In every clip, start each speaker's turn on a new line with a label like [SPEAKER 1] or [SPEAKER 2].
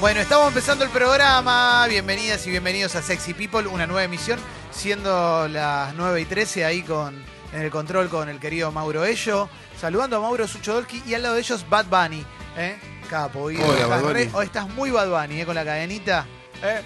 [SPEAKER 1] Bueno, estamos empezando el programa. Bienvenidas y bienvenidos a Sexy People, una nueva emisión, siendo las 9 y 13 ahí con en el control con el querido Mauro Ello. Saludando a Mauro Suchodolski y al lado de ellos Bad Bunny. ¿eh? Capo, hoy,
[SPEAKER 2] Hola,
[SPEAKER 1] estás
[SPEAKER 2] Bad Bunny.
[SPEAKER 1] re- hoy estás muy Bad Bunny ¿eh? con la cadenita. ¿eh?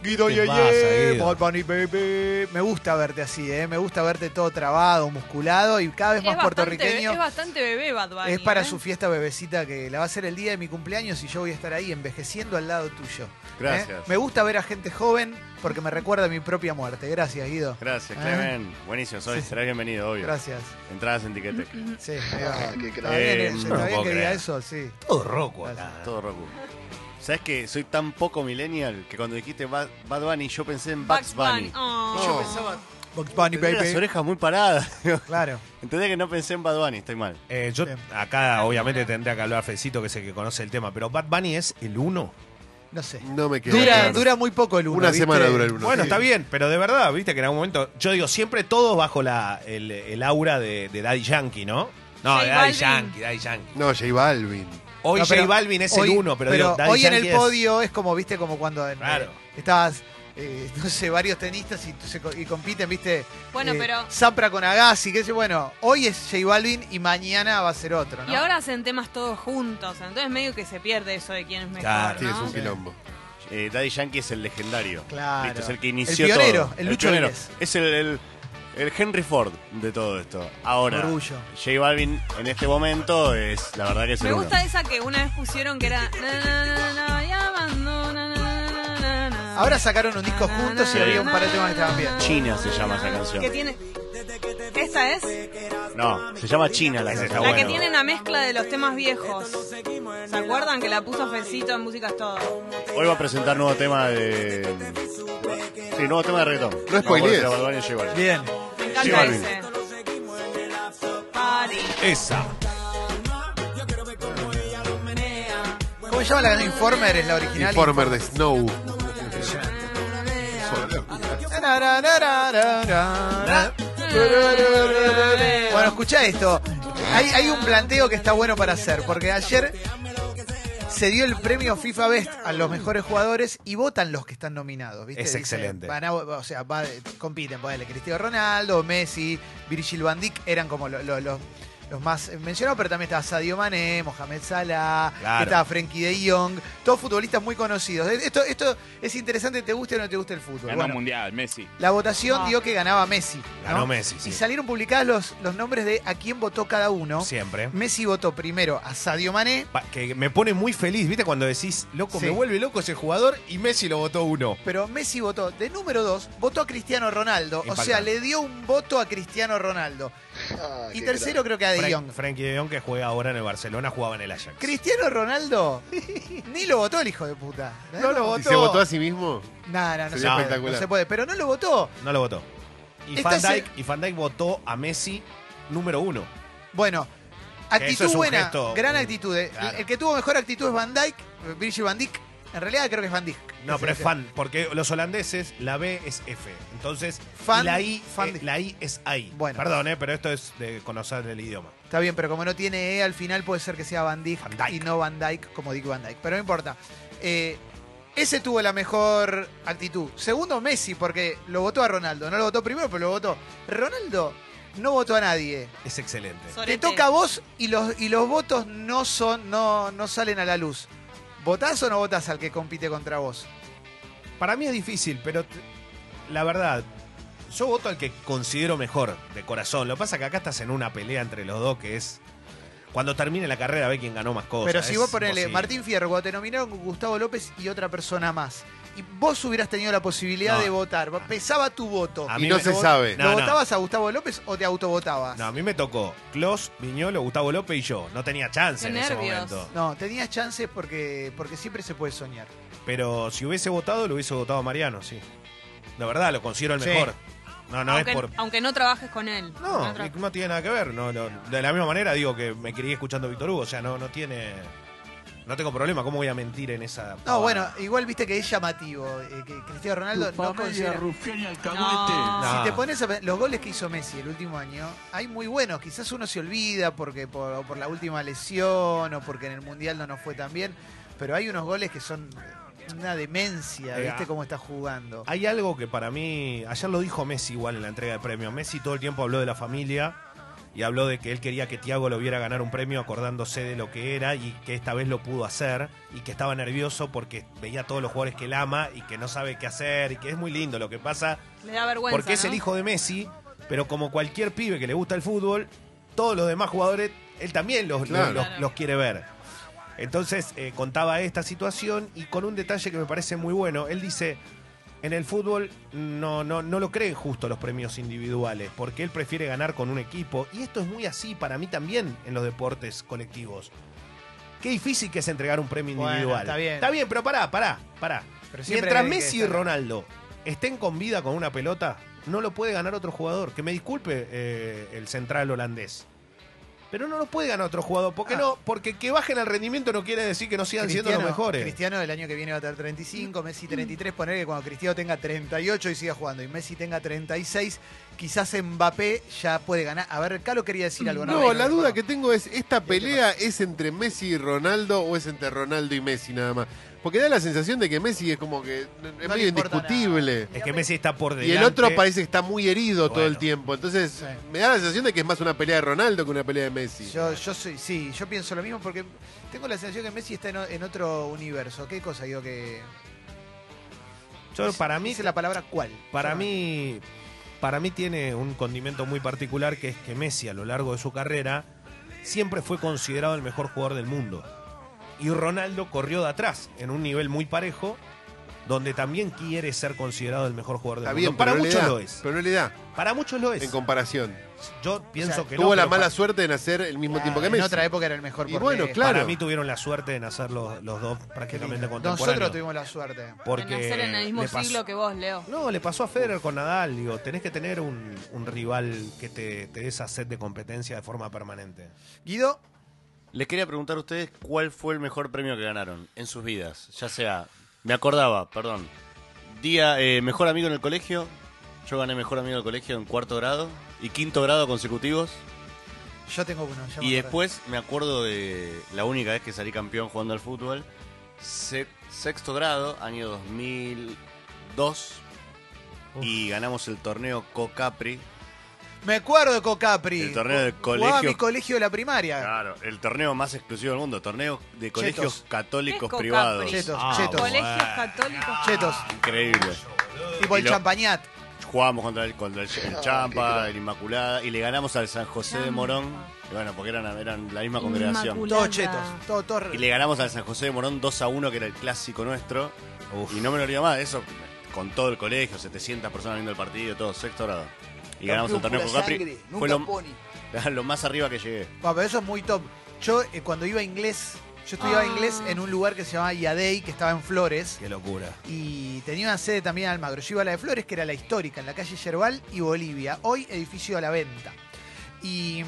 [SPEAKER 1] Guido
[SPEAKER 3] ¿Qué
[SPEAKER 1] Yeye,
[SPEAKER 3] pasa, Guido?
[SPEAKER 1] Bad Bunny baby. Me gusta verte así, ¿eh? me gusta verte todo trabado, musculado y cada vez más puertorriqueño.
[SPEAKER 4] Bastante, es bastante bebé Bad Bunny,
[SPEAKER 1] Es para
[SPEAKER 4] ¿eh?
[SPEAKER 1] su fiesta bebecita que la va a hacer el día de mi cumpleaños y yo voy a estar ahí envejeciendo al lado tuyo. ¿eh?
[SPEAKER 2] Gracias.
[SPEAKER 1] Me gusta ver a gente joven porque me recuerda a mi propia muerte. Gracias, Guido.
[SPEAKER 2] Gracias,
[SPEAKER 1] Ah.
[SPEAKER 2] Clemen. Buenísimo, soy,
[SPEAKER 1] Sí.
[SPEAKER 2] serás bienvenido, obvio.
[SPEAKER 1] Gracias.
[SPEAKER 2] Entradas en Tiquetec.
[SPEAKER 1] Sí, ahí va.
[SPEAKER 2] qué
[SPEAKER 1] Está bien,
[SPEAKER 2] crack. Eh,
[SPEAKER 1] eso,
[SPEAKER 2] no
[SPEAKER 1] está
[SPEAKER 3] lo
[SPEAKER 1] bien
[SPEAKER 3] puedo
[SPEAKER 1] que diga
[SPEAKER 3] creer.
[SPEAKER 1] eso, sí.
[SPEAKER 3] Todo roco acá.
[SPEAKER 2] Todo Roku. ¿Sabes que soy tan poco millennial que cuando dijiste Bad, Bad Bunny yo pensé en
[SPEAKER 4] Bugs
[SPEAKER 2] Bugs Bunny?
[SPEAKER 4] Bunny. Oh.
[SPEAKER 2] Y yo pensaba,
[SPEAKER 1] Box Bunny,
[SPEAKER 2] tendré las
[SPEAKER 1] baby.
[SPEAKER 2] orejas muy paradas.
[SPEAKER 1] Claro.
[SPEAKER 2] Entendés que no pensé en Bad Bunny, estoy mal.
[SPEAKER 3] Eh, yo
[SPEAKER 1] Bien.
[SPEAKER 3] acá obviamente tendría que hablar Fecito, que es el que conoce el tema, pero Bad Bunny es el uno.
[SPEAKER 1] No sé.
[SPEAKER 5] No me queda
[SPEAKER 1] Dura,
[SPEAKER 5] claro.
[SPEAKER 1] dura muy poco el uno.
[SPEAKER 5] Mm, Una
[SPEAKER 1] ¿viste?
[SPEAKER 5] semana dura el uno.
[SPEAKER 3] Bueno,
[SPEAKER 5] sí.
[SPEAKER 3] está bien, pero de verdad, viste que en algún momento, yo digo, siempre todos bajo la, el, el aura de, de Daddy Yankee, ¿no? No,
[SPEAKER 4] J
[SPEAKER 3] de Daddy
[SPEAKER 4] Balvin.
[SPEAKER 3] Yankee, Daddy Yankee.
[SPEAKER 5] No, J Balvin.
[SPEAKER 3] Hoy
[SPEAKER 1] No, pero
[SPEAKER 3] J Balvin es
[SPEAKER 1] hoy-
[SPEAKER 3] el uno, pero, digo, Daddy
[SPEAKER 1] hoy en el
[SPEAKER 3] Yankee es-
[SPEAKER 1] podio es como, viste, como cuando en,
[SPEAKER 3] Claro.
[SPEAKER 1] eh, estabas, eh, no sé, varios tenistas y, se co- y compiten, viste.
[SPEAKER 4] Bueno,
[SPEAKER 1] eh,
[SPEAKER 4] pero-
[SPEAKER 1] Sampra con Agassi, qué sé, bueno, hoy es J Balvin y mañana va a ser otro, ¿no?
[SPEAKER 4] Y ahora hacen temas todos juntos, entonces medio que se pierde eso de quién es mejor,
[SPEAKER 3] Claro,
[SPEAKER 5] Sí, es un
[SPEAKER 4] ¿no?
[SPEAKER 5] quilombo.
[SPEAKER 2] Eh, Daddy Yankee es el legendario.
[SPEAKER 1] Claro.
[SPEAKER 2] Listo, es el que inició
[SPEAKER 1] El pionero,
[SPEAKER 2] todo.
[SPEAKER 1] el Lucho
[SPEAKER 2] pionero.
[SPEAKER 1] Vélez.
[SPEAKER 2] Es el, el- el Henry Ford de todo esto. Ahora,
[SPEAKER 1] Orgullo.
[SPEAKER 2] J Balvin en este momento es, la verdad que es
[SPEAKER 4] Me
[SPEAKER 2] el
[SPEAKER 4] gusta
[SPEAKER 2] uno.
[SPEAKER 4] esa que una vez pusieron que era... "Na, na, na, na, y abandono, na, na, na, na".
[SPEAKER 1] Ahora sacaron un disco juntos y
[SPEAKER 2] Sí.
[SPEAKER 1] había un par de temas que estaban bien.
[SPEAKER 2] China se llama esa canción.
[SPEAKER 4] Que tiene... ¿Esta es?
[SPEAKER 2] No, se llama China la
[SPEAKER 3] Esa
[SPEAKER 2] canción.
[SPEAKER 3] está
[SPEAKER 4] la que
[SPEAKER 3] bueno.
[SPEAKER 4] tiene la mezcla de los temas viejos. ¿Se acuerdan que la puso Fecito en Músicas Todo?
[SPEAKER 2] Hoy va a presentar nuevo tema de. Sí, nuevo tema de reggaetón.
[SPEAKER 5] No spoilees.
[SPEAKER 2] No, Bad Bunny es J Balvin.
[SPEAKER 1] Bien.
[SPEAKER 4] Me
[SPEAKER 2] Sí,
[SPEAKER 4] encanta
[SPEAKER 2] Balvin.
[SPEAKER 4] ese. Party.
[SPEAKER 3] Esa.
[SPEAKER 1] ¿Cómo se llama la canción? Informer es la original.
[SPEAKER 5] Informer de Snow.
[SPEAKER 1] Bueno, escucha esto. Hay, hay un planteo que está bueno para hacer, porque ayer se dio el premio FIFA Best a los mejores jugadores y votan los que están nominados. ¿viste?
[SPEAKER 3] Es
[SPEAKER 1] Dice,
[SPEAKER 3] excelente.
[SPEAKER 1] van a- o sea, va- compiten, ponele, Cristiano Ronaldo, Messi, Virgil van Dijk eran como lo- lo- los- los más mencionados, pero también estaba Sadio Mané, Mohamed Salah,
[SPEAKER 3] Claro.
[SPEAKER 1] estaba Frenkie de Jong, todos futbolistas muy conocidos. Esto, esto es interesante, te guste o no te guste el fútbol.
[SPEAKER 6] Ganó
[SPEAKER 1] Bueno,
[SPEAKER 6] mundial, Messi.
[SPEAKER 1] la votación
[SPEAKER 4] Ah.
[SPEAKER 1] dio que ganaba Messi. ¿no?
[SPEAKER 3] Ganó Messi, sí.
[SPEAKER 1] Y salieron publicados los, los nombres de a quién votó cada uno.
[SPEAKER 3] Siempre.
[SPEAKER 1] Messi votó primero a Sadio Mané.
[SPEAKER 3] Pa- Que me pone muy feliz, viste, cuando decís, loco,
[SPEAKER 1] Sí.
[SPEAKER 3] me vuelve loco ese jugador y Messi lo votó uno.
[SPEAKER 1] Pero Messi votó de número dos, votó a Cristiano Ronaldo. O
[SPEAKER 3] Impactante.
[SPEAKER 1] sea, le dio un voto a Cristiano Ronaldo.
[SPEAKER 5] Ah,
[SPEAKER 1] y tercero creo que a De
[SPEAKER 3] Frank-
[SPEAKER 1] Jong.
[SPEAKER 3] Frankie de Jong, que juega ahora en el Barcelona, jugaba en el Ajax.
[SPEAKER 1] Cristiano Ronaldo ni lo votó el hijo de puta.
[SPEAKER 3] No lo
[SPEAKER 5] ¿Y se votó a sí mismo?
[SPEAKER 1] No, no, no se
[SPEAKER 5] Sería
[SPEAKER 1] puede.
[SPEAKER 5] espectacular.
[SPEAKER 1] No se puede. Pero no lo votó.
[SPEAKER 3] No lo votó. Y
[SPEAKER 1] Esta
[SPEAKER 3] Van,
[SPEAKER 1] Este es
[SPEAKER 3] Dijk, y Van Dijk votó a Messi número uno.
[SPEAKER 1] Bueno,
[SPEAKER 3] Que eso
[SPEAKER 1] actitud
[SPEAKER 3] es un
[SPEAKER 1] buena,
[SPEAKER 3] gesto,
[SPEAKER 1] gran
[SPEAKER 3] un-
[SPEAKER 1] actitud. eh.
[SPEAKER 3] claro.
[SPEAKER 1] El que tuvo mejor actitud es Van Dyke, Virgil Van Dijk. En realidad creo que es Van Dijk.
[SPEAKER 3] No, pero es
[SPEAKER 1] Ese.
[SPEAKER 3] fan, porque los holandeses la B es F. Entonces,
[SPEAKER 1] Fan-
[SPEAKER 3] la, I,
[SPEAKER 1] fan
[SPEAKER 3] eh,
[SPEAKER 1] de-
[SPEAKER 3] la I es ahí.
[SPEAKER 1] Bueno.
[SPEAKER 3] Perdón, eh, pero esto es de conocer el idioma.
[SPEAKER 1] Está bien, pero como no tiene E al final puede ser que sea Van Dijk,
[SPEAKER 3] Van
[SPEAKER 1] y
[SPEAKER 3] Dijk.
[SPEAKER 1] no Van Dyke como Dick Van Dyke. Pero no importa. Eh, ese tuvo la mejor actitud. Segundo, Messi, porque lo votó a Ronaldo. No lo votó primero, pero lo votó. Ronaldo no votó a nadie.
[SPEAKER 3] Es excelente.
[SPEAKER 1] Te
[SPEAKER 4] Sorete.
[SPEAKER 1] toca a vos y los, y los votos no son, no, no salen a la luz. ¿Votás o no votás al que compite contra vos?
[SPEAKER 3] Para mí es difícil, pero t- la verdad, yo voto al que considero mejor de corazón. Lo que pasa es que acá estás en una pelea entre los dos que es. Cuando termine la carrera, ve quién ganó más cosas.
[SPEAKER 1] Pero si
[SPEAKER 3] Es
[SPEAKER 1] vos ponele
[SPEAKER 3] imposible.
[SPEAKER 1] Martín Fierro, cuando te nominaron con Gustavo López y otra persona más, y vos hubieras tenido la posibilidad
[SPEAKER 3] No.
[SPEAKER 1] de votar, pesaba tu voto.
[SPEAKER 3] A
[SPEAKER 5] Y
[SPEAKER 3] mí
[SPEAKER 5] no
[SPEAKER 3] me-
[SPEAKER 5] se sabe.
[SPEAKER 1] ¿Lo
[SPEAKER 3] No, no.
[SPEAKER 1] votabas a Gustavo López o te autovotabas?
[SPEAKER 3] No, a
[SPEAKER 1] No.
[SPEAKER 3] mí me tocó Klaus, Viñolo, Gustavo López y yo. No tenía chance
[SPEAKER 4] Qué
[SPEAKER 3] en ese
[SPEAKER 4] nervios.
[SPEAKER 3] momento.
[SPEAKER 1] tenías chances porque, porque siempre se puede soñar.
[SPEAKER 3] Pero si hubiese votado, lo hubiese votado a Mariano, sí. La verdad, lo considero el
[SPEAKER 1] Sí.
[SPEAKER 3] mejor. No, no
[SPEAKER 4] aunque,
[SPEAKER 3] es por.
[SPEAKER 4] aunque no trabajes con él.
[SPEAKER 3] No,
[SPEAKER 4] tra-
[SPEAKER 3] no tiene nada que ver. No, no, de la misma manera digo que me quería escuchando a Víctor Hugo. O sea, no, no tiene. No tengo problema. ¿Cómo voy a mentir en esa.?
[SPEAKER 1] No,
[SPEAKER 3] pavada?
[SPEAKER 1] bueno, igual viste que es llamativo. eh, que Cristiano Ronaldo no considera.
[SPEAKER 4] No.
[SPEAKER 3] No.
[SPEAKER 1] Si te pones a pe- los goles que hizo Messi el último año, hay muy buenos. Quizás uno se olvida porque por, o por la última lesión o porque en el Mundial no nos fue tan bien. pero hay unos goles que son una demencia,
[SPEAKER 3] Oiga.
[SPEAKER 1] ¿viste cómo está jugando?
[SPEAKER 3] Hay algo que para mí, ayer lo dijo Messi igual en la entrega de premios. Messi todo el tiempo habló de la familia y habló de que él quería que Tiago lo viera ganar un premio acordándose de lo que era y que esta vez lo pudo hacer y que estaba nervioso porque veía a todos los jugadores que él ama y que no sabe qué hacer y que es muy lindo lo que pasa
[SPEAKER 4] Le da vergüenza.
[SPEAKER 3] porque es
[SPEAKER 4] ¿no?
[SPEAKER 3] el hijo de Messi, pero como cualquier pibe que le gusta el fútbol, todos los demás jugadores, él también los,
[SPEAKER 5] Claro.
[SPEAKER 3] los- los- los quiere ver. Entonces eh, contaba esta situación y con un detalle que me parece muy bueno. Él dice, en el fútbol no, no, no lo creen justo los premios individuales, porque él prefiere ganar con un equipo. Y esto es muy así para mí también en los deportes colectivos. Qué difícil que es entregar un premio
[SPEAKER 1] Bueno,
[SPEAKER 3] individual.
[SPEAKER 1] está bien.
[SPEAKER 3] Está bien, pero pará, pará, pará.
[SPEAKER 1] Pero siempre
[SPEAKER 3] Mientras
[SPEAKER 1] hay que
[SPEAKER 3] Messi y
[SPEAKER 1] estar-
[SPEAKER 3] Ronaldo estén con vida con una pelota, no lo puede ganar otro jugador. Que me disculpe eh, el central holandés. Pero no lo puede ganar otro jugador. ¿Por qué
[SPEAKER 1] Ah.
[SPEAKER 3] no? Porque que bajen el rendimiento no quiere decir que no sigan siendo los mejores.
[SPEAKER 1] Cristiano el año que viene va a tener 35, Messi
[SPEAKER 5] Mm.
[SPEAKER 1] 33, poner que cuando Cristiano tenga 38 y siga jugando y Messi tenga 36, quizás Mbappé ya puede ganar. A ver, Calo quería decir algo.
[SPEAKER 5] No, la duda que
[SPEAKER 1] recuerdo.
[SPEAKER 5] tengo es, ¿esta
[SPEAKER 1] qué
[SPEAKER 5] pelea es entre Messi y Ronaldo o es entre Ronaldo y Messi nada más? Porque da la sensación de que Messi es como que no- es
[SPEAKER 1] le
[SPEAKER 5] medio
[SPEAKER 1] importa
[SPEAKER 5] indiscutible.
[SPEAKER 3] Es que Messi está por delante.
[SPEAKER 5] Y el otro parece que está muy herido todo el
[SPEAKER 3] Bueno.
[SPEAKER 5] tiempo. Entonces,
[SPEAKER 1] Sí.
[SPEAKER 5] me da la sensación de que es más una pelea de Ronaldo que una pelea de Messi.
[SPEAKER 1] Yo, yo soy, sí, yo pienso lo mismo porque tengo la sensación que Messi está en, o- en otro universo. ¿Qué cosa digo que
[SPEAKER 3] Yo, para mí,
[SPEAKER 1] dice la palabra cuál?
[SPEAKER 3] para
[SPEAKER 1] Yo no-
[SPEAKER 3] mí, para mí tiene un condimento muy particular que es que Messi a lo largo de su carrera siempre fue considerado el mejor jugador del mundo. Y Ronaldo corrió de atrás en un nivel muy parejo, donde también quiere ser considerado el mejor jugador del
[SPEAKER 5] Está
[SPEAKER 3] mundo.
[SPEAKER 5] bien,
[SPEAKER 3] para
[SPEAKER 5] pero, no
[SPEAKER 3] muchos
[SPEAKER 5] le da,
[SPEAKER 3] lo es.
[SPEAKER 5] pero no le da
[SPEAKER 3] Para muchos lo es.
[SPEAKER 5] en comparación.
[SPEAKER 3] Yo pienso que
[SPEAKER 5] Tuvo
[SPEAKER 3] no,
[SPEAKER 5] la
[SPEAKER 3] pero
[SPEAKER 5] mala
[SPEAKER 3] pa-
[SPEAKER 5] suerte de nacer el mismo
[SPEAKER 1] Claro,
[SPEAKER 5] tiempo
[SPEAKER 1] Ah,
[SPEAKER 5] que
[SPEAKER 1] en
[SPEAKER 5] Messi.
[SPEAKER 1] otra época era el mejor
[SPEAKER 5] Y
[SPEAKER 1] por
[SPEAKER 5] bueno,
[SPEAKER 1] lejos.
[SPEAKER 5] claro.
[SPEAKER 3] Para mí tuvieron la suerte de nacer los, los dos
[SPEAKER 1] Qué lindo.
[SPEAKER 3] prácticamente
[SPEAKER 1] Nosotros
[SPEAKER 3] contemporáneos.
[SPEAKER 1] tuvimos la suerte.
[SPEAKER 4] De nacer en el mismo
[SPEAKER 3] le pasó-
[SPEAKER 4] siglo que vos, Leo.
[SPEAKER 3] No, le pasó a Federer con Nadal. Digo, tenés que tener un, un rival que te, te dé esa sed de competencia de forma permanente.
[SPEAKER 1] Guido,
[SPEAKER 2] Les quería preguntar a ustedes cuál fue el mejor premio que ganaron en sus vidas. Ya sea, me acordaba, perdón, día eh, mejor amigo en el colegio. Yo gané mejor amigo del colegio en cuarto grado y quinto grado consecutivos.
[SPEAKER 1] yo tengo uno. ya me acordé.
[SPEAKER 2] Y después me acuerdo de la única vez que salí campeón jugando al fútbol. se- sexto grado, año 2002. Y ganamos el torneo Cocapri.
[SPEAKER 1] Me acuerdo de Cocapri.
[SPEAKER 2] El torneo
[SPEAKER 1] Jugaba
[SPEAKER 2] de
[SPEAKER 1] mi
[SPEAKER 2] colegio. Ah,
[SPEAKER 1] colegio de la primaria.
[SPEAKER 2] Claro, el torneo más exclusivo del mundo. Torneo de colegios
[SPEAKER 1] Chetos.
[SPEAKER 4] ¿Qué
[SPEAKER 2] católicos
[SPEAKER 4] es Cocapri?
[SPEAKER 2] privados.
[SPEAKER 1] Chetos,
[SPEAKER 3] Ah,
[SPEAKER 1] chetos,
[SPEAKER 3] bueno.
[SPEAKER 4] Colegios católicos.
[SPEAKER 1] chetos.
[SPEAKER 2] Increíble.
[SPEAKER 1] Tipo el
[SPEAKER 2] Ah. Y lo-
[SPEAKER 1] champañat.
[SPEAKER 2] Jugábamos contra el, contra el, el Champa, el Inmaculada, y le ganamos al San José de
[SPEAKER 4] Champa.
[SPEAKER 2] Morón. Y bueno, porque eran, eran la misma congregación.
[SPEAKER 4] Inmaculada.
[SPEAKER 1] Todos chetos. Todo, todo re-
[SPEAKER 2] Y le ganamos al San José de Morón 2 a 1, que era el clásico nuestro.
[SPEAKER 3] Uf.
[SPEAKER 2] Y no me lo olvido más, eso con todo el colegio, 700 personas viendo el partido, todo sexto grado. Y ganamos el torneo con Capri. Fue lo, lo más arriba que llegué.
[SPEAKER 1] Bueno, pero eso es muy top. Yo eh, cuando iba a inglés, yo estudiaba
[SPEAKER 4] Ah.
[SPEAKER 1] inglés en un lugar que se llamaba Yadey, que estaba en Flores.
[SPEAKER 3] Qué locura.
[SPEAKER 1] Y tenía una sede también en Almagro. Yo iba a la de Flores, que era la histórica, en la calle Yerbal y Bolivia. Hoy edificio a la venta. Y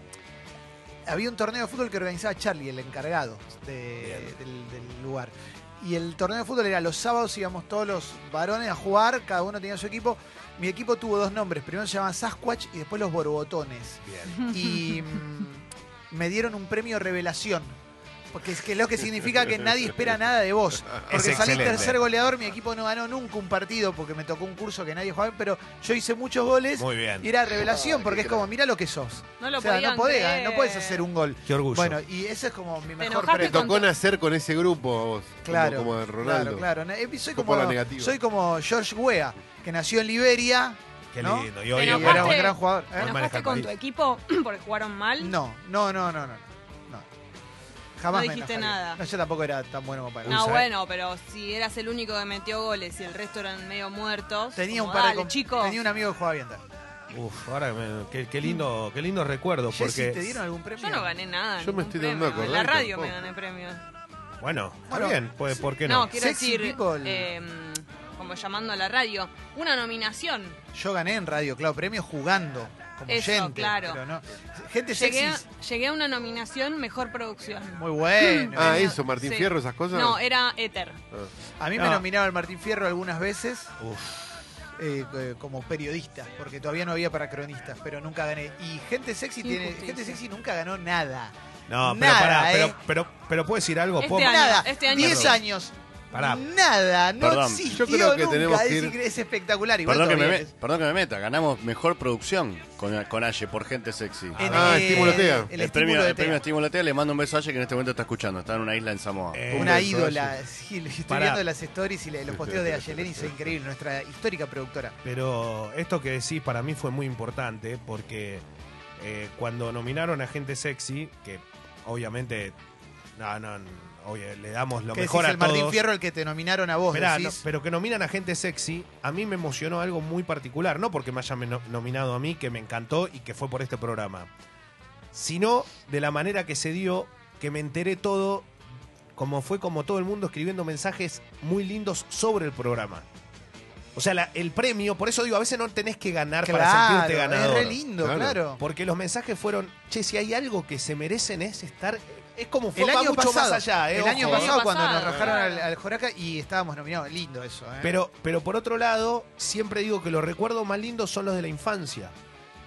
[SPEAKER 1] mm, había un torneo de fútbol que organizaba Charlie, el encargado de- del, del lugar. Y el torneo de fútbol era los sábados, íbamos todos los varones a jugar, cada uno tenía su equipo. Mi equipo tuvo dos nombres, primero se llamaba Sasquatch y después los Borbotones
[SPEAKER 3] Bien.
[SPEAKER 1] y mm, me dieron un premio revelación. Porque es que lo que significa que nadie espera nada de vos. Porque
[SPEAKER 3] Es
[SPEAKER 1] salí
[SPEAKER 3] excelente.
[SPEAKER 1] tercer goleador, mi equipo no ganó nunca un partido porque me tocó un curso que nadie jugaba, pero yo hice muchos goles
[SPEAKER 3] Muy
[SPEAKER 1] y
[SPEAKER 3] bien.
[SPEAKER 1] era revelación
[SPEAKER 5] Ah,
[SPEAKER 1] porque
[SPEAKER 5] qué
[SPEAKER 1] es como, mirá lo que sos.
[SPEAKER 4] No lo
[SPEAKER 1] o sea, no
[SPEAKER 4] podían
[SPEAKER 1] podés, ah,
[SPEAKER 4] creer.
[SPEAKER 1] no podés hacer un gol.
[SPEAKER 3] Qué orgullo.
[SPEAKER 1] Bueno, y ese es como mi mejor
[SPEAKER 4] enojaste
[SPEAKER 5] Te
[SPEAKER 1] premio.
[SPEAKER 5] tocó nacer con ese grupo a vos, como-
[SPEAKER 1] Claro,
[SPEAKER 5] como, de Ronaldo.
[SPEAKER 1] claro, claro. Eh, Soy
[SPEAKER 5] Fue
[SPEAKER 1] como,
[SPEAKER 5] por la negativa.
[SPEAKER 1] soy como George Weah, que nació en Liberia
[SPEAKER 3] Qué
[SPEAKER 1] ¿no?
[SPEAKER 3] lindo. Y
[SPEAKER 1] y
[SPEAKER 3] hoy
[SPEAKER 1] era
[SPEAKER 4] Pero
[SPEAKER 1] un
[SPEAKER 4] aparte-
[SPEAKER 1] gran jugador.
[SPEAKER 4] ¿Te
[SPEAKER 1] ¿eh?
[SPEAKER 3] Normal,
[SPEAKER 4] enojaste
[SPEAKER 3] está
[SPEAKER 4] con
[SPEAKER 3] mal.
[SPEAKER 4] tu equipo porque jugaron mal?
[SPEAKER 1] No, no, no, no, no. No, Jamás
[SPEAKER 4] No
[SPEAKER 1] me
[SPEAKER 4] dijiste
[SPEAKER 1] enojaría.
[SPEAKER 4] nada.
[SPEAKER 1] No, yo tampoco era tan bueno como para
[SPEAKER 4] No,
[SPEAKER 1] eso.
[SPEAKER 3] Usa, eh.
[SPEAKER 4] bueno, pero si eras el único que metió goles y el resto eran medio muertos.
[SPEAKER 1] Tenía un
[SPEAKER 4] como,
[SPEAKER 1] par de
[SPEAKER 4] dale,
[SPEAKER 1] com-
[SPEAKER 4] chicos.
[SPEAKER 1] Tenía un amigo que jugaba bien.
[SPEAKER 3] Uf, ahora me- qué, qué lindo, qué lindo recuerdo.
[SPEAKER 1] Jessy,
[SPEAKER 3] Porque,
[SPEAKER 1] ¿te dieron algún premio?
[SPEAKER 4] Yo no gané nada.
[SPEAKER 5] Yo me
[SPEAKER 4] ningún
[SPEAKER 5] estoy
[SPEAKER 4] premio.
[SPEAKER 5] dando a
[SPEAKER 4] En
[SPEAKER 5] acordar
[SPEAKER 4] la radio me
[SPEAKER 5] tampoco.
[SPEAKER 4] gané premio.
[SPEAKER 3] bueno, está
[SPEAKER 1] Bueno,
[SPEAKER 3] bien. Pues, ¿Por qué
[SPEAKER 4] No,
[SPEAKER 3] no?
[SPEAKER 4] quiero
[SPEAKER 1] Sexy
[SPEAKER 4] decir,
[SPEAKER 1] People.
[SPEAKER 4] eh, como llamando a la radio, una nominación.
[SPEAKER 1] Yo gané en radio, claro, premio jugando. Como
[SPEAKER 4] Eso,
[SPEAKER 1] oyente,
[SPEAKER 4] claro.
[SPEAKER 1] pero no- Gente sexy.
[SPEAKER 4] Llegué, llegué a una nominación mejor producción.
[SPEAKER 1] Muy bueno.
[SPEAKER 5] Ah, eso, Martín
[SPEAKER 4] Sí.
[SPEAKER 5] Fierro, esas cosas.
[SPEAKER 4] No, era éter.
[SPEAKER 1] A mí me
[SPEAKER 3] Ah.
[SPEAKER 1] nominaba el Martín Fierro algunas veces
[SPEAKER 3] Uf,
[SPEAKER 1] eh, eh, como periodista, porque todavía no había para cronistas, pero nunca gané. Y gente sexy tiene,
[SPEAKER 4] Injusticia.
[SPEAKER 1] gente sexy nunca ganó nada.
[SPEAKER 3] No, pero
[SPEAKER 1] Nada,
[SPEAKER 3] pará,
[SPEAKER 1] eh.
[SPEAKER 3] pero, pero, pero puedo decir algo,
[SPEAKER 4] Este
[SPEAKER 3] ¿Puedo-
[SPEAKER 4] año.
[SPEAKER 1] Nada,
[SPEAKER 4] este año
[SPEAKER 1] 10
[SPEAKER 4] sí.
[SPEAKER 1] años.
[SPEAKER 3] Pará.
[SPEAKER 1] Nada, no
[SPEAKER 2] Perdón.
[SPEAKER 1] existió
[SPEAKER 5] Yo creo que
[SPEAKER 1] nunca,
[SPEAKER 5] tenemos que
[SPEAKER 1] es,
[SPEAKER 5] ir-
[SPEAKER 1] es espectacular. Igual
[SPEAKER 2] Perdón que, me
[SPEAKER 1] todavía
[SPEAKER 2] me-
[SPEAKER 1] es-
[SPEAKER 2] perdón que me meta, ganamos mejor producción con, con Aye por gente sexy.
[SPEAKER 1] en
[SPEAKER 5] Ah,
[SPEAKER 1] el-
[SPEAKER 5] estímulo TEA.
[SPEAKER 1] El,
[SPEAKER 2] el, premio,
[SPEAKER 1] estímulo de
[SPEAKER 2] el premio
[SPEAKER 1] TEA.
[SPEAKER 2] Estímulo TEA, le mando un beso a Aye que en este momento está escuchando, está en una isla en Samoa.
[SPEAKER 3] Eh,
[SPEAKER 1] Una
[SPEAKER 5] Eso,
[SPEAKER 1] ídola. Sí, estoy
[SPEAKER 3] Pará.
[SPEAKER 1] viendo las stories y la- los posteos de Ayeleni, es increíble. Nuestra histórica productora.
[SPEAKER 3] Pero esto que decís para mí fue muy importante porque eh, cuando nominaron a gente sexy, que obviamente no, no, no, obvio, le damos lo
[SPEAKER 1] que
[SPEAKER 3] mejor
[SPEAKER 1] decís
[SPEAKER 3] a
[SPEAKER 1] el Martín
[SPEAKER 3] todos.
[SPEAKER 1] Fierro el que te nominaron a vos,
[SPEAKER 3] Esperá, no,
[SPEAKER 1] decís.
[SPEAKER 3] pero que nominan a gente sexy, a mí me emocionó algo muy particular, no porque me hayan no- nominado a mí, que me encantó y que fue por este programa, sino de la manera que se dio, que me enteré todo, como fue como todo el mundo escribiendo mensajes muy lindos sobre el programa. O sea, la- el premio, por eso digo, a veces no tenés que ganar para
[SPEAKER 1] Claro,
[SPEAKER 3] sentirte
[SPEAKER 1] es
[SPEAKER 3] ganador.
[SPEAKER 1] re lindo,
[SPEAKER 5] Claro.
[SPEAKER 1] claro.
[SPEAKER 3] Porque los mensajes fueron, che, si hay algo que se merecen es estar... Es como fue
[SPEAKER 1] El
[SPEAKER 3] va
[SPEAKER 1] año
[SPEAKER 3] mucho
[SPEAKER 1] pasado,
[SPEAKER 3] más allá, eh,
[SPEAKER 1] el año
[SPEAKER 3] ojo, eh.
[SPEAKER 1] pasado cuando nos
[SPEAKER 4] Pasado,
[SPEAKER 1] rajaron
[SPEAKER 4] claro.
[SPEAKER 1] al, al Joraca y estábamos nominados, lindo eso, ¿eh?
[SPEAKER 3] Pero, pero por otro lado, siempre digo que los recuerdos más lindos son los de la infancia.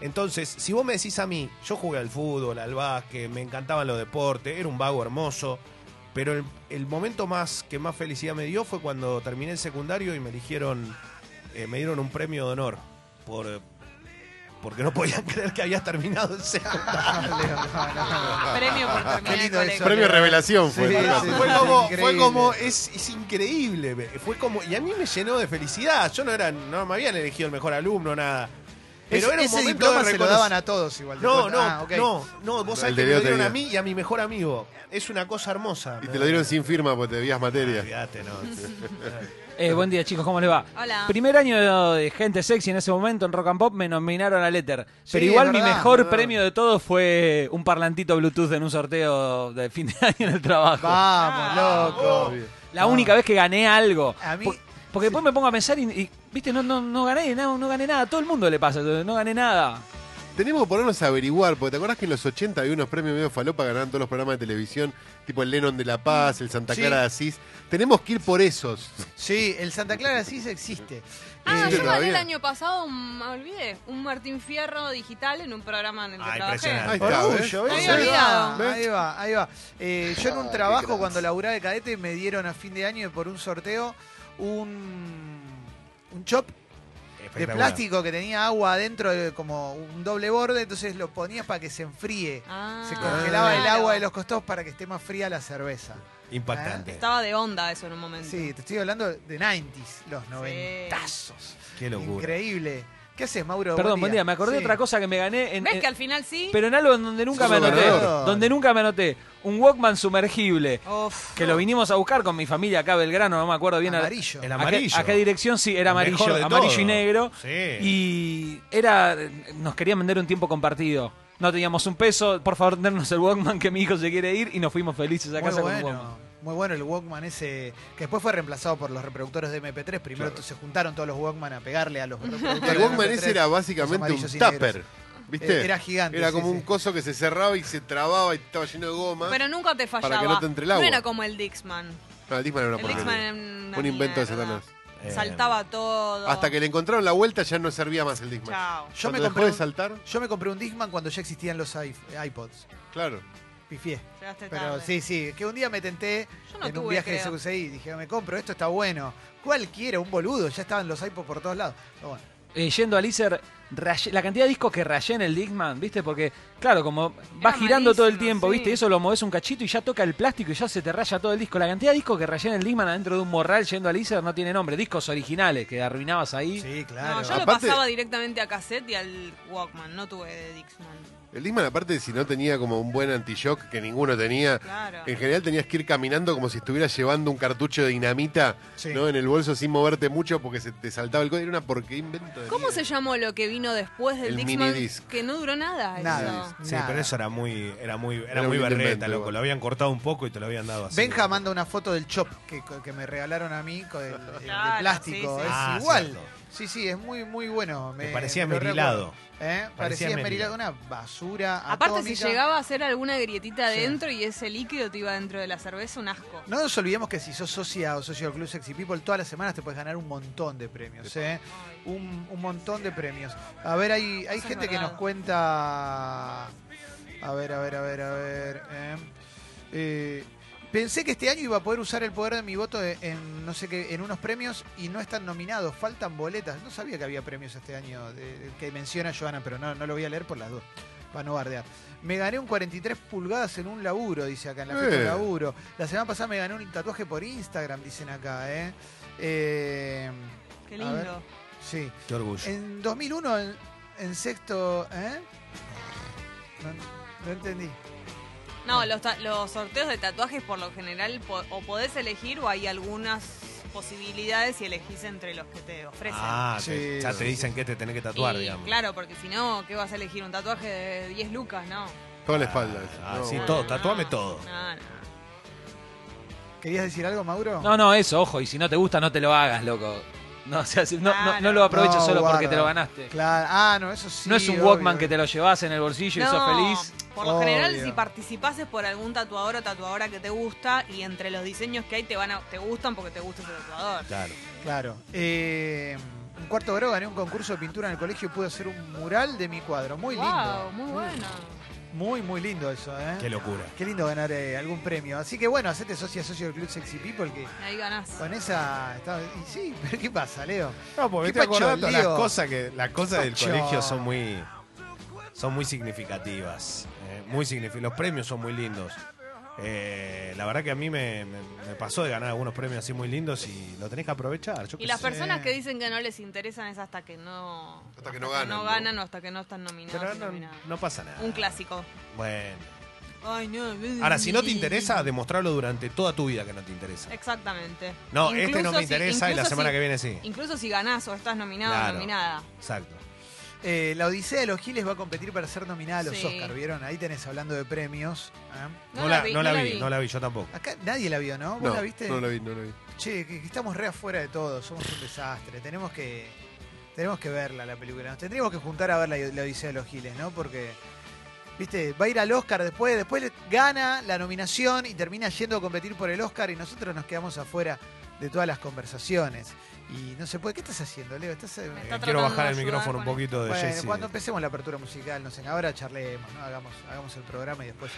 [SPEAKER 3] Entonces, si vos me decís a mí, yo jugué al fútbol, al básquet, me encantaban los deportes, era un vago hermoso, pero el, el momento más que más felicidad me dio fue cuando terminé el secundario y me eligieron, eh, me dieron un premio de honor por porque no podían creer que habías terminado el secundario.
[SPEAKER 5] Ah,
[SPEAKER 4] Premio por terminar
[SPEAKER 1] Qué
[SPEAKER 4] el
[SPEAKER 1] lindo eso.
[SPEAKER 4] colegio.
[SPEAKER 5] Premio Revelación fue.
[SPEAKER 1] Sí,
[SPEAKER 5] Mirá,
[SPEAKER 1] sí,
[SPEAKER 3] fue como,
[SPEAKER 1] increíble.
[SPEAKER 3] fue como es, es increíble, ve- fue como y a mí me llenó de felicidad. Yo no era, no me habían elegido el mejor alumno nada, pero
[SPEAKER 1] Es-
[SPEAKER 3] era un
[SPEAKER 1] ese
[SPEAKER 3] momento
[SPEAKER 1] diploma
[SPEAKER 3] de
[SPEAKER 1] se lo
[SPEAKER 3] reconoc-
[SPEAKER 1] daban a todos igual. te
[SPEAKER 3] No,
[SPEAKER 1] cuento.
[SPEAKER 3] no,
[SPEAKER 1] Ah, ok.
[SPEAKER 3] no, no, vos sabés
[SPEAKER 5] Al
[SPEAKER 3] que
[SPEAKER 5] de
[SPEAKER 3] me lo
[SPEAKER 5] Dios te
[SPEAKER 3] dieron a
[SPEAKER 5] digo.
[SPEAKER 3] mí y a mi mejor amigo. Es una cosa hermosa.
[SPEAKER 5] Y te lo dieron sin firma porque te debías
[SPEAKER 1] Ah,
[SPEAKER 5] materia.
[SPEAKER 3] Olvidate, no.
[SPEAKER 6] Eh, buen día chicos, ¿cómo les va?
[SPEAKER 4] Hola.
[SPEAKER 6] Primer año de gente sexy en ese momento en Rock and Pop me nominaron a Letter. Pero
[SPEAKER 1] Sí,
[SPEAKER 6] igual
[SPEAKER 1] es
[SPEAKER 6] mi
[SPEAKER 1] verdad,
[SPEAKER 6] mejor
[SPEAKER 1] es verdad.
[SPEAKER 6] premio de todo fue un parlantito Bluetooth en un sorteo de fin de año en el trabajo.
[SPEAKER 1] Vamos, loco.
[SPEAKER 6] La única vez que gané algo.
[SPEAKER 1] Ah. A mí-
[SPEAKER 6] Po- porque después me pongo a pensar y, y, viste, no, no, no gané, no, no gané nada. A todo el mundo le pasa, no gané nada.
[SPEAKER 5] Tenemos que ponernos a averiguar, porque te acordás que en los 80 había unos premios medio falopa ganaban todos los programas de televisión, tipo el Lennon de La Paz, el Santa
[SPEAKER 1] Sí.
[SPEAKER 5] Clara de Asís. Tenemos que ir por esos.
[SPEAKER 1] Sí, el Santa Clara sí se existe. Eh,
[SPEAKER 4] Ah,
[SPEAKER 5] Sí,
[SPEAKER 4] yo gané
[SPEAKER 5] todavía.
[SPEAKER 4] el año pasado, un, me olvidé, un Martín Fierro digital en un programa en el que
[SPEAKER 3] Ah,
[SPEAKER 4] trabajé.
[SPEAKER 3] impresionante.
[SPEAKER 5] Ahí está,
[SPEAKER 1] Orgullo,
[SPEAKER 5] ¿ves?
[SPEAKER 1] ¿ves?
[SPEAKER 4] Había
[SPEAKER 1] Ahí
[SPEAKER 4] olvidado.
[SPEAKER 1] va, ahí va, ahí va. Eh, yo en un
[SPEAKER 5] Ay,
[SPEAKER 1] trabajo,
[SPEAKER 5] qué
[SPEAKER 1] cuando laburaba de cadete, me dieron a fin de año por un sorteo un, un chop de
[SPEAKER 3] Espectacular.
[SPEAKER 1] plástico que tenía agua adentro, eh, como un doble borde, entonces lo ponías para que se enfríe.
[SPEAKER 4] Ah,
[SPEAKER 1] se congelaba el
[SPEAKER 4] claro.
[SPEAKER 1] agua de los costados para que esté más fría la cerveza.
[SPEAKER 3] Impactante.
[SPEAKER 4] Estaba de onda eso en un momento.
[SPEAKER 1] Sí, te estoy hablando de 90s, los noventazos.
[SPEAKER 3] Qué locura.
[SPEAKER 1] Increíble. ¿Qué haces, Mauro?
[SPEAKER 6] Perdón, buen día. Me acordé de
[SPEAKER 1] Sí.
[SPEAKER 6] otra cosa que me gané en,
[SPEAKER 1] Eh,
[SPEAKER 4] ¿Ves
[SPEAKER 6] en-
[SPEAKER 4] que al final sí?
[SPEAKER 6] pero en algo en donde nunca
[SPEAKER 5] Sos
[SPEAKER 6] me
[SPEAKER 5] un
[SPEAKER 6] anoté.
[SPEAKER 1] ganador.
[SPEAKER 6] Donde nunca me anoté. Un Walkman sumergible.
[SPEAKER 4] Uf.
[SPEAKER 6] Que lo vinimos a buscar con mi familia acá a Belgrano, no me acuerdo bien. a-
[SPEAKER 1] Amarillo.
[SPEAKER 3] El
[SPEAKER 6] ¿A qué-
[SPEAKER 3] amarillo.
[SPEAKER 6] ¿A qué, dirección? Sí, era
[SPEAKER 3] El mejor de
[SPEAKER 6] amarillo, amarillo
[SPEAKER 3] todo.
[SPEAKER 6] y negro.
[SPEAKER 3] Sí.
[SPEAKER 6] Y era. Nos querían vender un tiempo compartido. No teníamos un peso, por favor, dennos el Walkman que mi hijo se quiere ir y nos fuimos felices a
[SPEAKER 1] Muy
[SPEAKER 6] casa con un Walkman.
[SPEAKER 1] bueno, muy bueno el Walkman ese, que después fue reemplazado por los reproductores de MP3. Primero se juntaron todos los Walkman a pegarle a los reproductores.
[SPEAKER 5] El
[SPEAKER 1] de
[SPEAKER 5] Walkman
[SPEAKER 1] MP3,
[SPEAKER 5] ese era
[SPEAKER 1] los
[SPEAKER 5] básicamente un
[SPEAKER 1] amarillos y negros.
[SPEAKER 5] tupper. ¿Viste?
[SPEAKER 1] Eh, era gigante,
[SPEAKER 5] Era
[SPEAKER 1] sí,
[SPEAKER 5] como un
[SPEAKER 1] sí.
[SPEAKER 5] coso que se cerraba y se trababa y estaba lleno de goma.
[SPEAKER 4] Pero nunca te fallaba.
[SPEAKER 5] Para que no te entre el agua.
[SPEAKER 4] era como el Dixman.
[SPEAKER 5] No, el Discman era una
[SPEAKER 4] el Dixman
[SPEAKER 5] porquería.
[SPEAKER 4] era una
[SPEAKER 5] Un invento de
[SPEAKER 4] mierda.
[SPEAKER 5] Satanás.
[SPEAKER 3] Eh,
[SPEAKER 4] Saltaba todo.
[SPEAKER 5] Hasta que le encontraron la vuelta ya no servía más el Discman.
[SPEAKER 4] Chao.
[SPEAKER 1] Yo
[SPEAKER 5] Yo
[SPEAKER 1] me,
[SPEAKER 5] me
[SPEAKER 1] compré
[SPEAKER 5] dejó de
[SPEAKER 1] un,
[SPEAKER 5] saltar,
[SPEAKER 1] yo me compré un Discman cuando ya existían los iP- iPods.
[SPEAKER 5] claro.
[SPEAKER 1] Pifié.
[SPEAKER 4] Llegaste
[SPEAKER 1] Pero
[SPEAKER 4] tarde.
[SPEAKER 1] sí, sí, que un día me tenté
[SPEAKER 4] Yo no
[SPEAKER 1] en un
[SPEAKER 4] tuve,
[SPEAKER 1] viaje
[SPEAKER 4] creo.
[SPEAKER 1] de CQCI y dije, me compro, esto está bueno. ¿Cuál quiero? Un boludo, ya estaban los iPods por todos lados. Pero bueno,
[SPEAKER 6] Eh, yendo al ICER, rayé- la cantidad de discos que rayé en el Digman, ¿viste? Porque, claro, como va
[SPEAKER 4] Era
[SPEAKER 6] girando todo el
[SPEAKER 4] malísimo,
[SPEAKER 6] tiempo,
[SPEAKER 4] sí.
[SPEAKER 6] ¿viste? Y eso lo moves un cachito y ya toca el plástico y ya se te raya todo el disco. La cantidad de discos que rayé en el Digman adentro de un morral yendo al ICER no tiene nombre. Discos originales que arruinabas ahí.
[SPEAKER 1] sí,
[SPEAKER 4] No,
[SPEAKER 1] claro.
[SPEAKER 4] yo lo
[SPEAKER 5] Aparte-
[SPEAKER 4] pasaba directamente a cassette y al Walkman. No tuve de Dixman.
[SPEAKER 5] El Discman, aparte, si no tenía como un buen anti-shock, que ninguno tenía,
[SPEAKER 4] Claro.
[SPEAKER 5] en general tenías que ir caminando como si estuvieras llevando un cartucho de dinamita
[SPEAKER 1] Sí.
[SPEAKER 5] ¿no? en el bolso sin moverte mucho porque se te saltaba el código. Era una porquería invento. de
[SPEAKER 4] ¿Cómo
[SPEAKER 5] mierda.
[SPEAKER 4] se llamó lo que vino después del
[SPEAKER 5] El
[SPEAKER 4] Dixman?
[SPEAKER 5] minidisc.
[SPEAKER 4] Que no duró nada.
[SPEAKER 1] Nada.
[SPEAKER 4] eso.
[SPEAKER 3] Sí,
[SPEAKER 1] nada.
[SPEAKER 3] pero eso era muy, era muy, era
[SPEAKER 5] Era
[SPEAKER 3] muy
[SPEAKER 5] un
[SPEAKER 3] berreta,
[SPEAKER 5] invento,
[SPEAKER 3] loco.
[SPEAKER 5] igual.
[SPEAKER 3] Lo habían cortado un poco y te lo habían dado así.
[SPEAKER 1] Benja manda una foto del chop que, que me regalaron a mí con el, el de
[SPEAKER 4] Claro,
[SPEAKER 1] plástico.
[SPEAKER 4] sí, sí.
[SPEAKER 1] Es
[SPEAKER 3] Ah,
[SPEAKER 1] igual.
[SPEAKER 3] cierto.
[SPEAKER 1] Sí, sí, es muy, muy bueno.
[SPEAKER 3] Me parecía
[SPEAKER 1] lo
[SPEAKER 3] merilado.
[SPEAKER 1] recuerdo. ¿Eh? Parecía,
[SPEAKER 3] Parecía
[SPEAKER 1] merilado.
[SPEAKER 3] merilado.
[SPEAKER 1] Una basura.
[SPEAKER 4] Aparte, si
[SPEAKER 1] atómica.
[SPEAKER 4] llegaba a hacer alguna grietita
[SPEAKER 1] Sí.
[SPEAKER 4] adentro y ese líquido te iba dentro de la cerveza, un asco.
[SPEAKER 1] No nos olvidemos que si sos socia o socio del Club Sexy People, todas las semanas te puedes ganar un montón de premios. ¿eh?
[SPEAKER 4] Ay.
[SPEAKER 1] Un, un montón de premios. A ver, hay, hay
[SPEAKER 4] Eso es
[SPEAKER 1] gente que
[SPEAKER 4] verdad.
[SPEAKER 1] nos cuenta A ver, a ver, a ver, a ver. eh. Eh, pensé que este año iba a poder usar el poder de mi voto e- en no sé qué, en unos premios y no están nominados, faltan boletas. No sabía que había premios este año de- que menciona Joana, pero no, no lo voy a leer por las dos. Para no bardear. Me gané un 43 pulgadas en un laburo, dice acá, en la fecha
[SPEAKER 5] Eh.
[SPEAKER 1] de laburo. La semana pasada me gané un tatuaje por Instagram, dicen acá, ¿eh? Eh,
[SPEAKER 4] Qué
[SPEAKER 1] A ver.
[SPEAKER 4] lindo.
[SPEAKER 1] sí.
[SPEAKER 3] Qué orgullo.
[SPEAKER 1] En 2001, en, en sexto. ¿eh? No, no entendí.
[SPEAKER 4] No, los, ta- los sorteos de tatuajes por lo general po- o podés elegir o hay algunas posibilidades y elegís entre los que te ofrecen.
[SPEAKER 3] Ah,
[SPEAKER 1] Sí.
[SPEAKER 3] te- ya te dicen que te tenés que
[SPEAKER 4] Y,
[SPEAKER 3] tatuar, digamos.
[SPEAKER 4] Claro, porque si no, ¿qué vas a elegir? ¿Un tatuaje de 10 lucas? No.
[SPEAKER 5] Toda la espalda. eso.
[SPEAKER 3] Ah,
[SPEAKER 5] No,
[SPEAKER 3] sí,
[SPEAKER 5] bueno.
[SPEAKER 3] todo,
[SPEAKER 4] No,
[SPEAKER 3] tatuame todo.
[SPEAKER 4] No, no.
[SPEAKER 1] ¿Querías decir algo, Mauro?
[SPEAKER 6] No, no, eso, ojo, y si no te gusta, no te lo hagas, loco. No, o sea, si- no, no- no lo aproveches
[SPEAKER 1] No,
[SPEAKER 6] solo porque
[SPEAKER 1] guarda.
[SPEAKER 6] te lo ganaste.
[SPEAKER 1] Claro. Ah, no, eso sí.
[SPEAKER 6] no es un
[SPEAKER 1] obvio,
[SPEAKER 6] Walkman
[SPEAKER 1] obvio.
[SPEAKER 6] que te lo llevas en el bolsillo y sos
[SPEAKER 4] No,
[SPEAKER 6] feliz.
[SPEAKER 4] Por lo general,
[SPEAKER 1] Obvio.
[SPEAKER 4] si participases por algún tatuador o tatuadora que te gusta y entre los diseños que hay te van a, te gustan porque te gusta ese tatuador.
[SPEAKER 3] Claro.
[SPEAKER 1] Claro. Eh, en cuarto grado gané un concurso de pintura en el colegio y pude hacer un mural de mi cuadro. Muy
[SPEAKER 4] Wow,
[SPEAKER 1] lindo.
[SPEAKER 3] Mm.
[SPEAKER 4] muy bueno.
[SPEAKER 1] Muy, muy lindo eso, ¿eh?
[SPEAKER 3] Qué locura.
[SPEAKER 1] Qué lindo ganar eh, algún premio. Así que bueno, hacete socio socio del Club Sexy People que
[SPEAKER 4] Ahí ganás.
[SPEAKER 1] con esa. está- Y sí, pero ¿qué pasa, Leo?
[SPEAKER 3] No, porque
[SPEAKER 1] Qué
[SPEAKER 3] estoy acordando las
[SPEAKER 1] pacholío.
[SPEAKER 3] cosas que las cosas del
[SPEAKER 1] Pacho.
[SPEAKER 3] colegio son muy son muy significativas, eh, muy signifi- Los premios son muy lindos. Eh, la verdad que a mí me, me- me pasó de ganar algunos premios así muy lindos y lo tenés que aprovechar. yo qué
[SPEAKER 4] Y las
[SPEAKER 3] sé.
[SPEAKER 4] personas que dicen que no les interesan es hasta que no.
[SPEAKER 5] Hasta que no ganan,
[SPEAKER 4] No
[SPEAKER 5] ¿no?
[SPEAKER 4] ganan o hasta que no están nominados.
[SPEAKER 3] Pero
[SPEAKER 4] y
[SPEAKER 3] no,
[SPEAKER 4] nominadas.
[SPEAKER 3] no pasa nada.
[SPEAKER 4] Un clásico.
[SPEAKER 3] Bueno.
[SPEAKER 4] Ay, no.
[SPEAKER 3] Ahora, si no te interesa, demostrarlo durante toda tu vida que no te interesa.
[SPEAKER 4] Exactamente.
[SPEAKER 3] No,
[SPEAKER 4] Eh, Incluso
[SPEAKER 3] este no me
[SPEAKER 4] si-
[SPEAKER 3] interesa y la
[SPEAKER 4] incluso
[SPEAKER 3] semana
[SPEAKER 4] si-
[SPEAKER 3] que viene sí.
[SPEAKER 4] Incluso si ganás o estás nominado o
[SPEAKER 3] Claro.
[SPEAKER 4] nominada.
[SPEAKER 3] Exacto.
[SPEAKER 1] Eh, la Odisea de los Giles va a competir para ser nominada a los
[SPEAKER 4] Sí.
[SPEAKER 1] Oscar, ¿vieron? Ahí tenés hablando de premios. ¿eh?
[SPEAKER 3] No, la, no la vi, no la vi, yo tampoco.
[SPEAKER 1] Acá nadie la vio, ¿no? ¿Vos
[SPEAKER 5] no,
[SPEAKER 1] la viste?
[SPEAKER 5] no la vi, no la vi.
[SPEAKER 1] Che, que, que estamos re afuera de todo, somos un desastre. Tenemos que tenemos que verla la película. Nos tendríamos que juntar a ver la, la Odisea de los Giles, ¿no? Porque viste, va a ir al Oscar después, después le- gana la nominación y termina yendo a competir por el Oscar y nosotros nos quedamos afuera de todas las conversaciones. Y no se puede, ¿qué estás haciendo, Leo? Estás eh,
[SPEAKER 4] Me
[SPEAKER 3] Eh,
[SPEAKER 4] está
[SPEAKER 3] quiero
[SPEAKER 4] tratando
[SPEAKER 3] bajar
[SPEAKER 4] de
[SPEAKER 3] el
[SPEAKER 4] ayudar
[SPEAKER 3] micrófono un
[SPEAKER 4] con
[SPEAKER 3] poquito de
[SPEAKER 1] bueno,
[SPEAKER 3] Jesse.
[SPEAKER 1] cuando empecemos la apertura musical, no sé, ahora charlemos, ¿no? Hagamos, hagamos el programa y después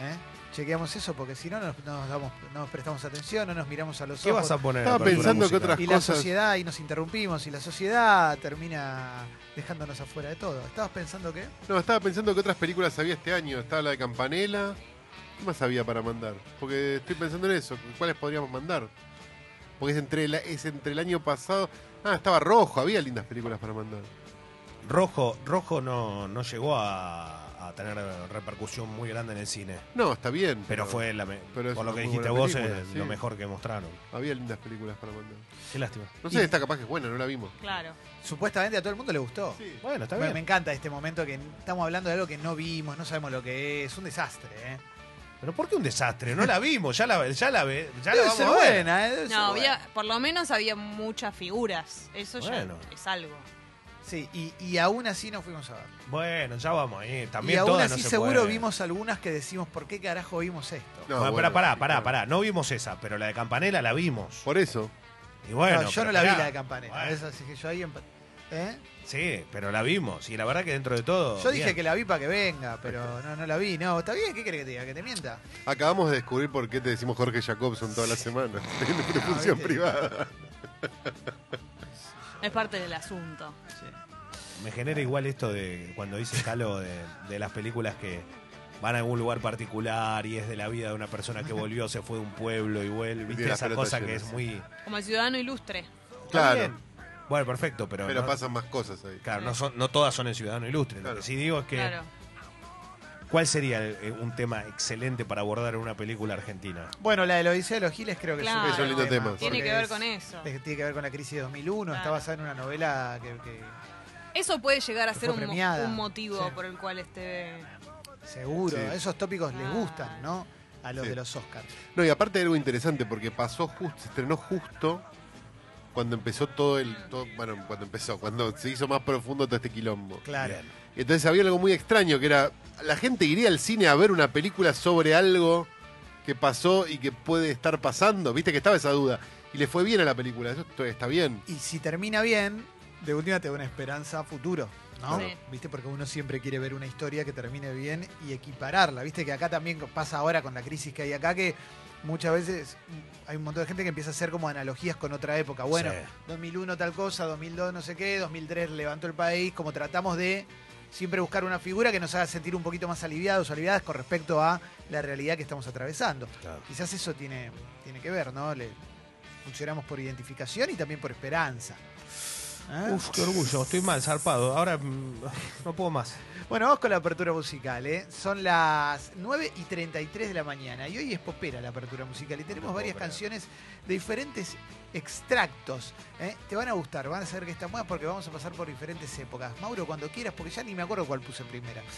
[SPEAKER 1] ¿eh? chequeamos eso, porque si no nos, nos damos, no nos prestamos atención, no nos miramos a los
[SPEAKER 3] ¿Qué
[SPEAKER 1] ojos.
[SPEAKER 3] vas a poner? en
[SPEAKER 5] Estaba
[SPEAKER 3] apertura
[SPEAKER 5] pensando que
[SPEAKER 3] musical?
[SPEAKER 5] otras
[SPEAKER 1] y la
[SPEAKER 5] cosas.
[SPEAKER 1] sociedad y nos interrumpimos y la sociedad termina dejándonos afuera de todo. ¿Estabas pensando qué?
[SPEAKER 5] No, estaba pensando que otras películas había este año. Estaba la de Campanela. ¿Qué más había para mandar? Porque estoy pensando en eso. ¿Cuáles podríamos mandar? Porque es entre, la- es entre el año pasado. Ah, estaba rojo. Había lindas películas para mandar.
[SPEAKER 3] Rojo, Rojo no, no llegó a, a tener repercusión muy grande en el cine.
[SPEAKER 5] No, está bien.
[SPEAKER 3] Pero fue, la me-
[SPEAKER 5] pero es
[SPEAKER 3] por lo
[SPEAKER 5] una
[SPEAKER 3] que
[SPEAKER 5] muy
[SPEAKER 3] dijiste
[SPEAKER 5] buena
[SPEAKER 3] vos,
[SPEAKER 5] película,
[SPEAKER 3] es
[SPEAKER 5] sí.
[SPEAKER 3] lo mejor que mostraron.
[SPEAKER 5] Había lindas películas para mandar.
[SPEAKER 3] Qué lástima.
[SPEAKER 5] No sé, está capaz que es buena, no la vimos.
[SPEAKER 4] Claro.
[SPEAKER 1] Supuestamente a todo el mundo le gustó.
[SPEAKER 5] Sí.
[SPEAKER 3] Bueno, está
[SPEAKER 1] Me, me
[SPEAKER 3] bien.
[SPEAKER 1] encanta este momento que estamos hablando de algo que no vimos, no sabemos lo que es, un desastre. ¿eh?
[SPEAKER 3] Pero ¿por qué un desastre? No la vimos, ya la, ya la, ve- ya la
[SPEAKER 1] Debe
[SPEAKER 3] vamos
[SPEAKER 1] ser
[SPEAKER 3] a ver.
[SPEAKER 1] buena, ¿eh? Debe ser
[SPEAKER 4] No,
[SPEAKER 1] buena.
[SPEAKER 4] había, por lo menos había muchas figuras. Eso
[SPEAKER 3] Bueno.
[SPEAKER 4] ya es algo.
[SPEAKER 1] Sí, y, y aún así no fuimos a ver.
[SPEAKER 3] Bueno, ya vamos ahí. También
[SPEAKER 1] y aún
[SPEAKER 3] todas
[SPEAKER 1] así
[SPEAKER 3] no se
[SPEAKER 1] seguro
[SPEAKER 3] puede.
[SPEAKER 1] vimos algunas que decimos, ¿por qué carajo vimos esto?
[SPEAKER 5] No,
[SPEAKER 3] No,
[SPEAKER 5] bueno,
[SPEAKER 3] Ah, pará, pará,
[SPEAKER 5] sí,
[SPEAKER 3] pará,
[SPEAKER 5] claro.
[SPEAKER 3] pará. No vimos esa, pero la de Campanela la vimos.
[SPEAKER 5] Por eso.
[SPEAKER 3] Y bueno,
[SPEAKER 1] No, yo
[SPEAKER 3] pero
[SPEAKER 1] no la vi
[SPEAKER 3] pará.
[SPEAKER 1] la de Campanella.
[SPEAKER 3] Bueno,
[SPEAKER 1] Esa sí que yo ahí empa- ¿eh?
[SPEAKER 3] Sí, pero la vimos. Y la verdad que dentro de todo.
[SPEAKER 1] Yo dije
[SPEAKER 3] bien.
[SPEAKER 1] que la vi para que venga, pero no, no la vi. No, está bien, ¿qué crees que te diga? ¿Que te mienta?
[SPEAKER 5] Acabamos de descubrir por qué te decimos Jorge Jacobson toda la semana. En una función
[SPEAKER 1] viste.
[SPEAKER 5] privada.
[SPEAKER 4] Es parte del asunto.
[SPEAKER 3] Me genera igual esto de cuando dice Calo de, de las películas que van a algún lugar particular y es de la vida de una persona que volvió, se fue de un pueblo y vuelve. ¿Viste
[SPEAKER 5] Tiene las
[SPEAKER 3] esa
[SPEAKER 5] pelotas
[SPEAKER 3] cosa que
[SPEAKER 5] llenas.
[SPEAKER 3] es muy.
[SPEAKER 4] Como el ciudadano ilustre.
[SPEAKER 5] Claro.
[SPEAKER 3] Está bien. Bueno, perfecto, pero.
[SPEAKER 5] Pero
[SPEAKER 3] no,
[SPEAKER 5] pasan más cosas ahí.
[SPEAKER 3] Claro, no, son- no todas son en Ciudadano Ilustre. Lo
[SPEAKER 5] Claro.
[SPEAKER 3] que sí digo es que.
[SPEAKER 4] Claro.
[SPEAKER 3] ¿Cuál sería el- eh, un tema excelente para abordar en una película argentina?
[SPEAKER 1] Bueno, la de la Odisea de los Giles creo que
[SPEAKER 4] Claro.
[SPEAKER 1] un
[SPEAKER 4] Es un
[SPEAKER 5] lindo
[SPEAKER 1] gran
[SPEAKER 5] tema.
[SPEAKER 4] Tiene
[SPEAKER 1] porque
[SPEAKER 4] que ver
[SPEAKER 1] es-
[SPEAKER 4] con eso.
[SPEAKER 1] es- tiene que ver con la crisis de 2001, está
[SPEAKER 4] Claro.
[SPEAKER 1] basada en una novela que, que
[SPEAKER 4] Eso puede llegar a
[SPEAKER 1] Que
[SPEAKER 4] ser
[SPEAKER 1] fue
[SPEAKER 4] un, mo-
[SPEAKER 1] premiada.
[SPEAKER 4] un motivo
[SPEAKER 1] Sí.
[SPEAKER 4] por el cual este.
[SPEAKER 1] seguro,
[SPEAKER 5] Sí.
[SPEAKER 1] esos tópicos les
[SPEAKER 4] Ah.
[SPEAKER 1] gustan, ¿no? A los
[SPEAKER 5] Sí.
[SPEAKER 1] de los Oscars.
[SPEAKER 5] No, y aparte algo interesante, porque pasó justo, se estrenó justo cuando empezó todo el. todo- bueno, cuando empezó, cuando se hizo más profundo todo este quilombo.
[SPEAKER 1] Claro.
[SPEAKER 3] Bien.
[SPEAKER 5] Y Entonces había algo muy extraño, que era. La gente iría al cine a ver una película sobre algo que pasó y que puede estar pasando. Viste que estaba esa duda. Y le fue bien a la película, eso t- está bien.
[SPEAKER 1] Y si termina bien, de última te da una esperanza a futuro. ¿no?
[SPEAKER 4] Sí.
[SPEAKER 1] ¿Viste? Porque uno siempre quiere ver una historia que termine bien y equipararla. ¿Viste? Que acá también pasa ahora con la crisis que hay acá que muchas veces mm, hay un montón de gente que empieza a hacer como analogías con otra época. Bueno,
[SPEAKER 3] Sí.
[SPEAKER 1] 2001 tal cosa, 2002 no sé qué, 2003 levantó el país, como tratamos de siempre buscar una figura que nos haga sentir un poquito más aliviados o aliviadas con respecto a la realidad que estamos atravesando.
[SPEAKER 3] Claro.
[SPEAKER 1] Quizás eso tiene, tiene que ver, ¿no? Le, funcionamos por identificación y también por esperanza. ¿Eh?
[SPEAKER 3] Uf, qué orgullo, estoy mal, zarpado. Ahora mm, no puedo más.
[SPEAKER 1] Bueno, vamos con la apertura musical, ¿eh? Son las 9 y 33 de la mañana y hoy es popera la apertura musical y tenemos
[SPEAKER 3] No puedo
[SPEAKER 1] varias
[SPEAKER 3] creer.
[SPEAKER 1] canciones de diferentes extractos. ¿eh? Te van a gustar, van a saber que están buenas porque vamos a pasar por diferentes épocas. Mauro, cuando quieras, porque ya ni me acuerdo cuál puse primera.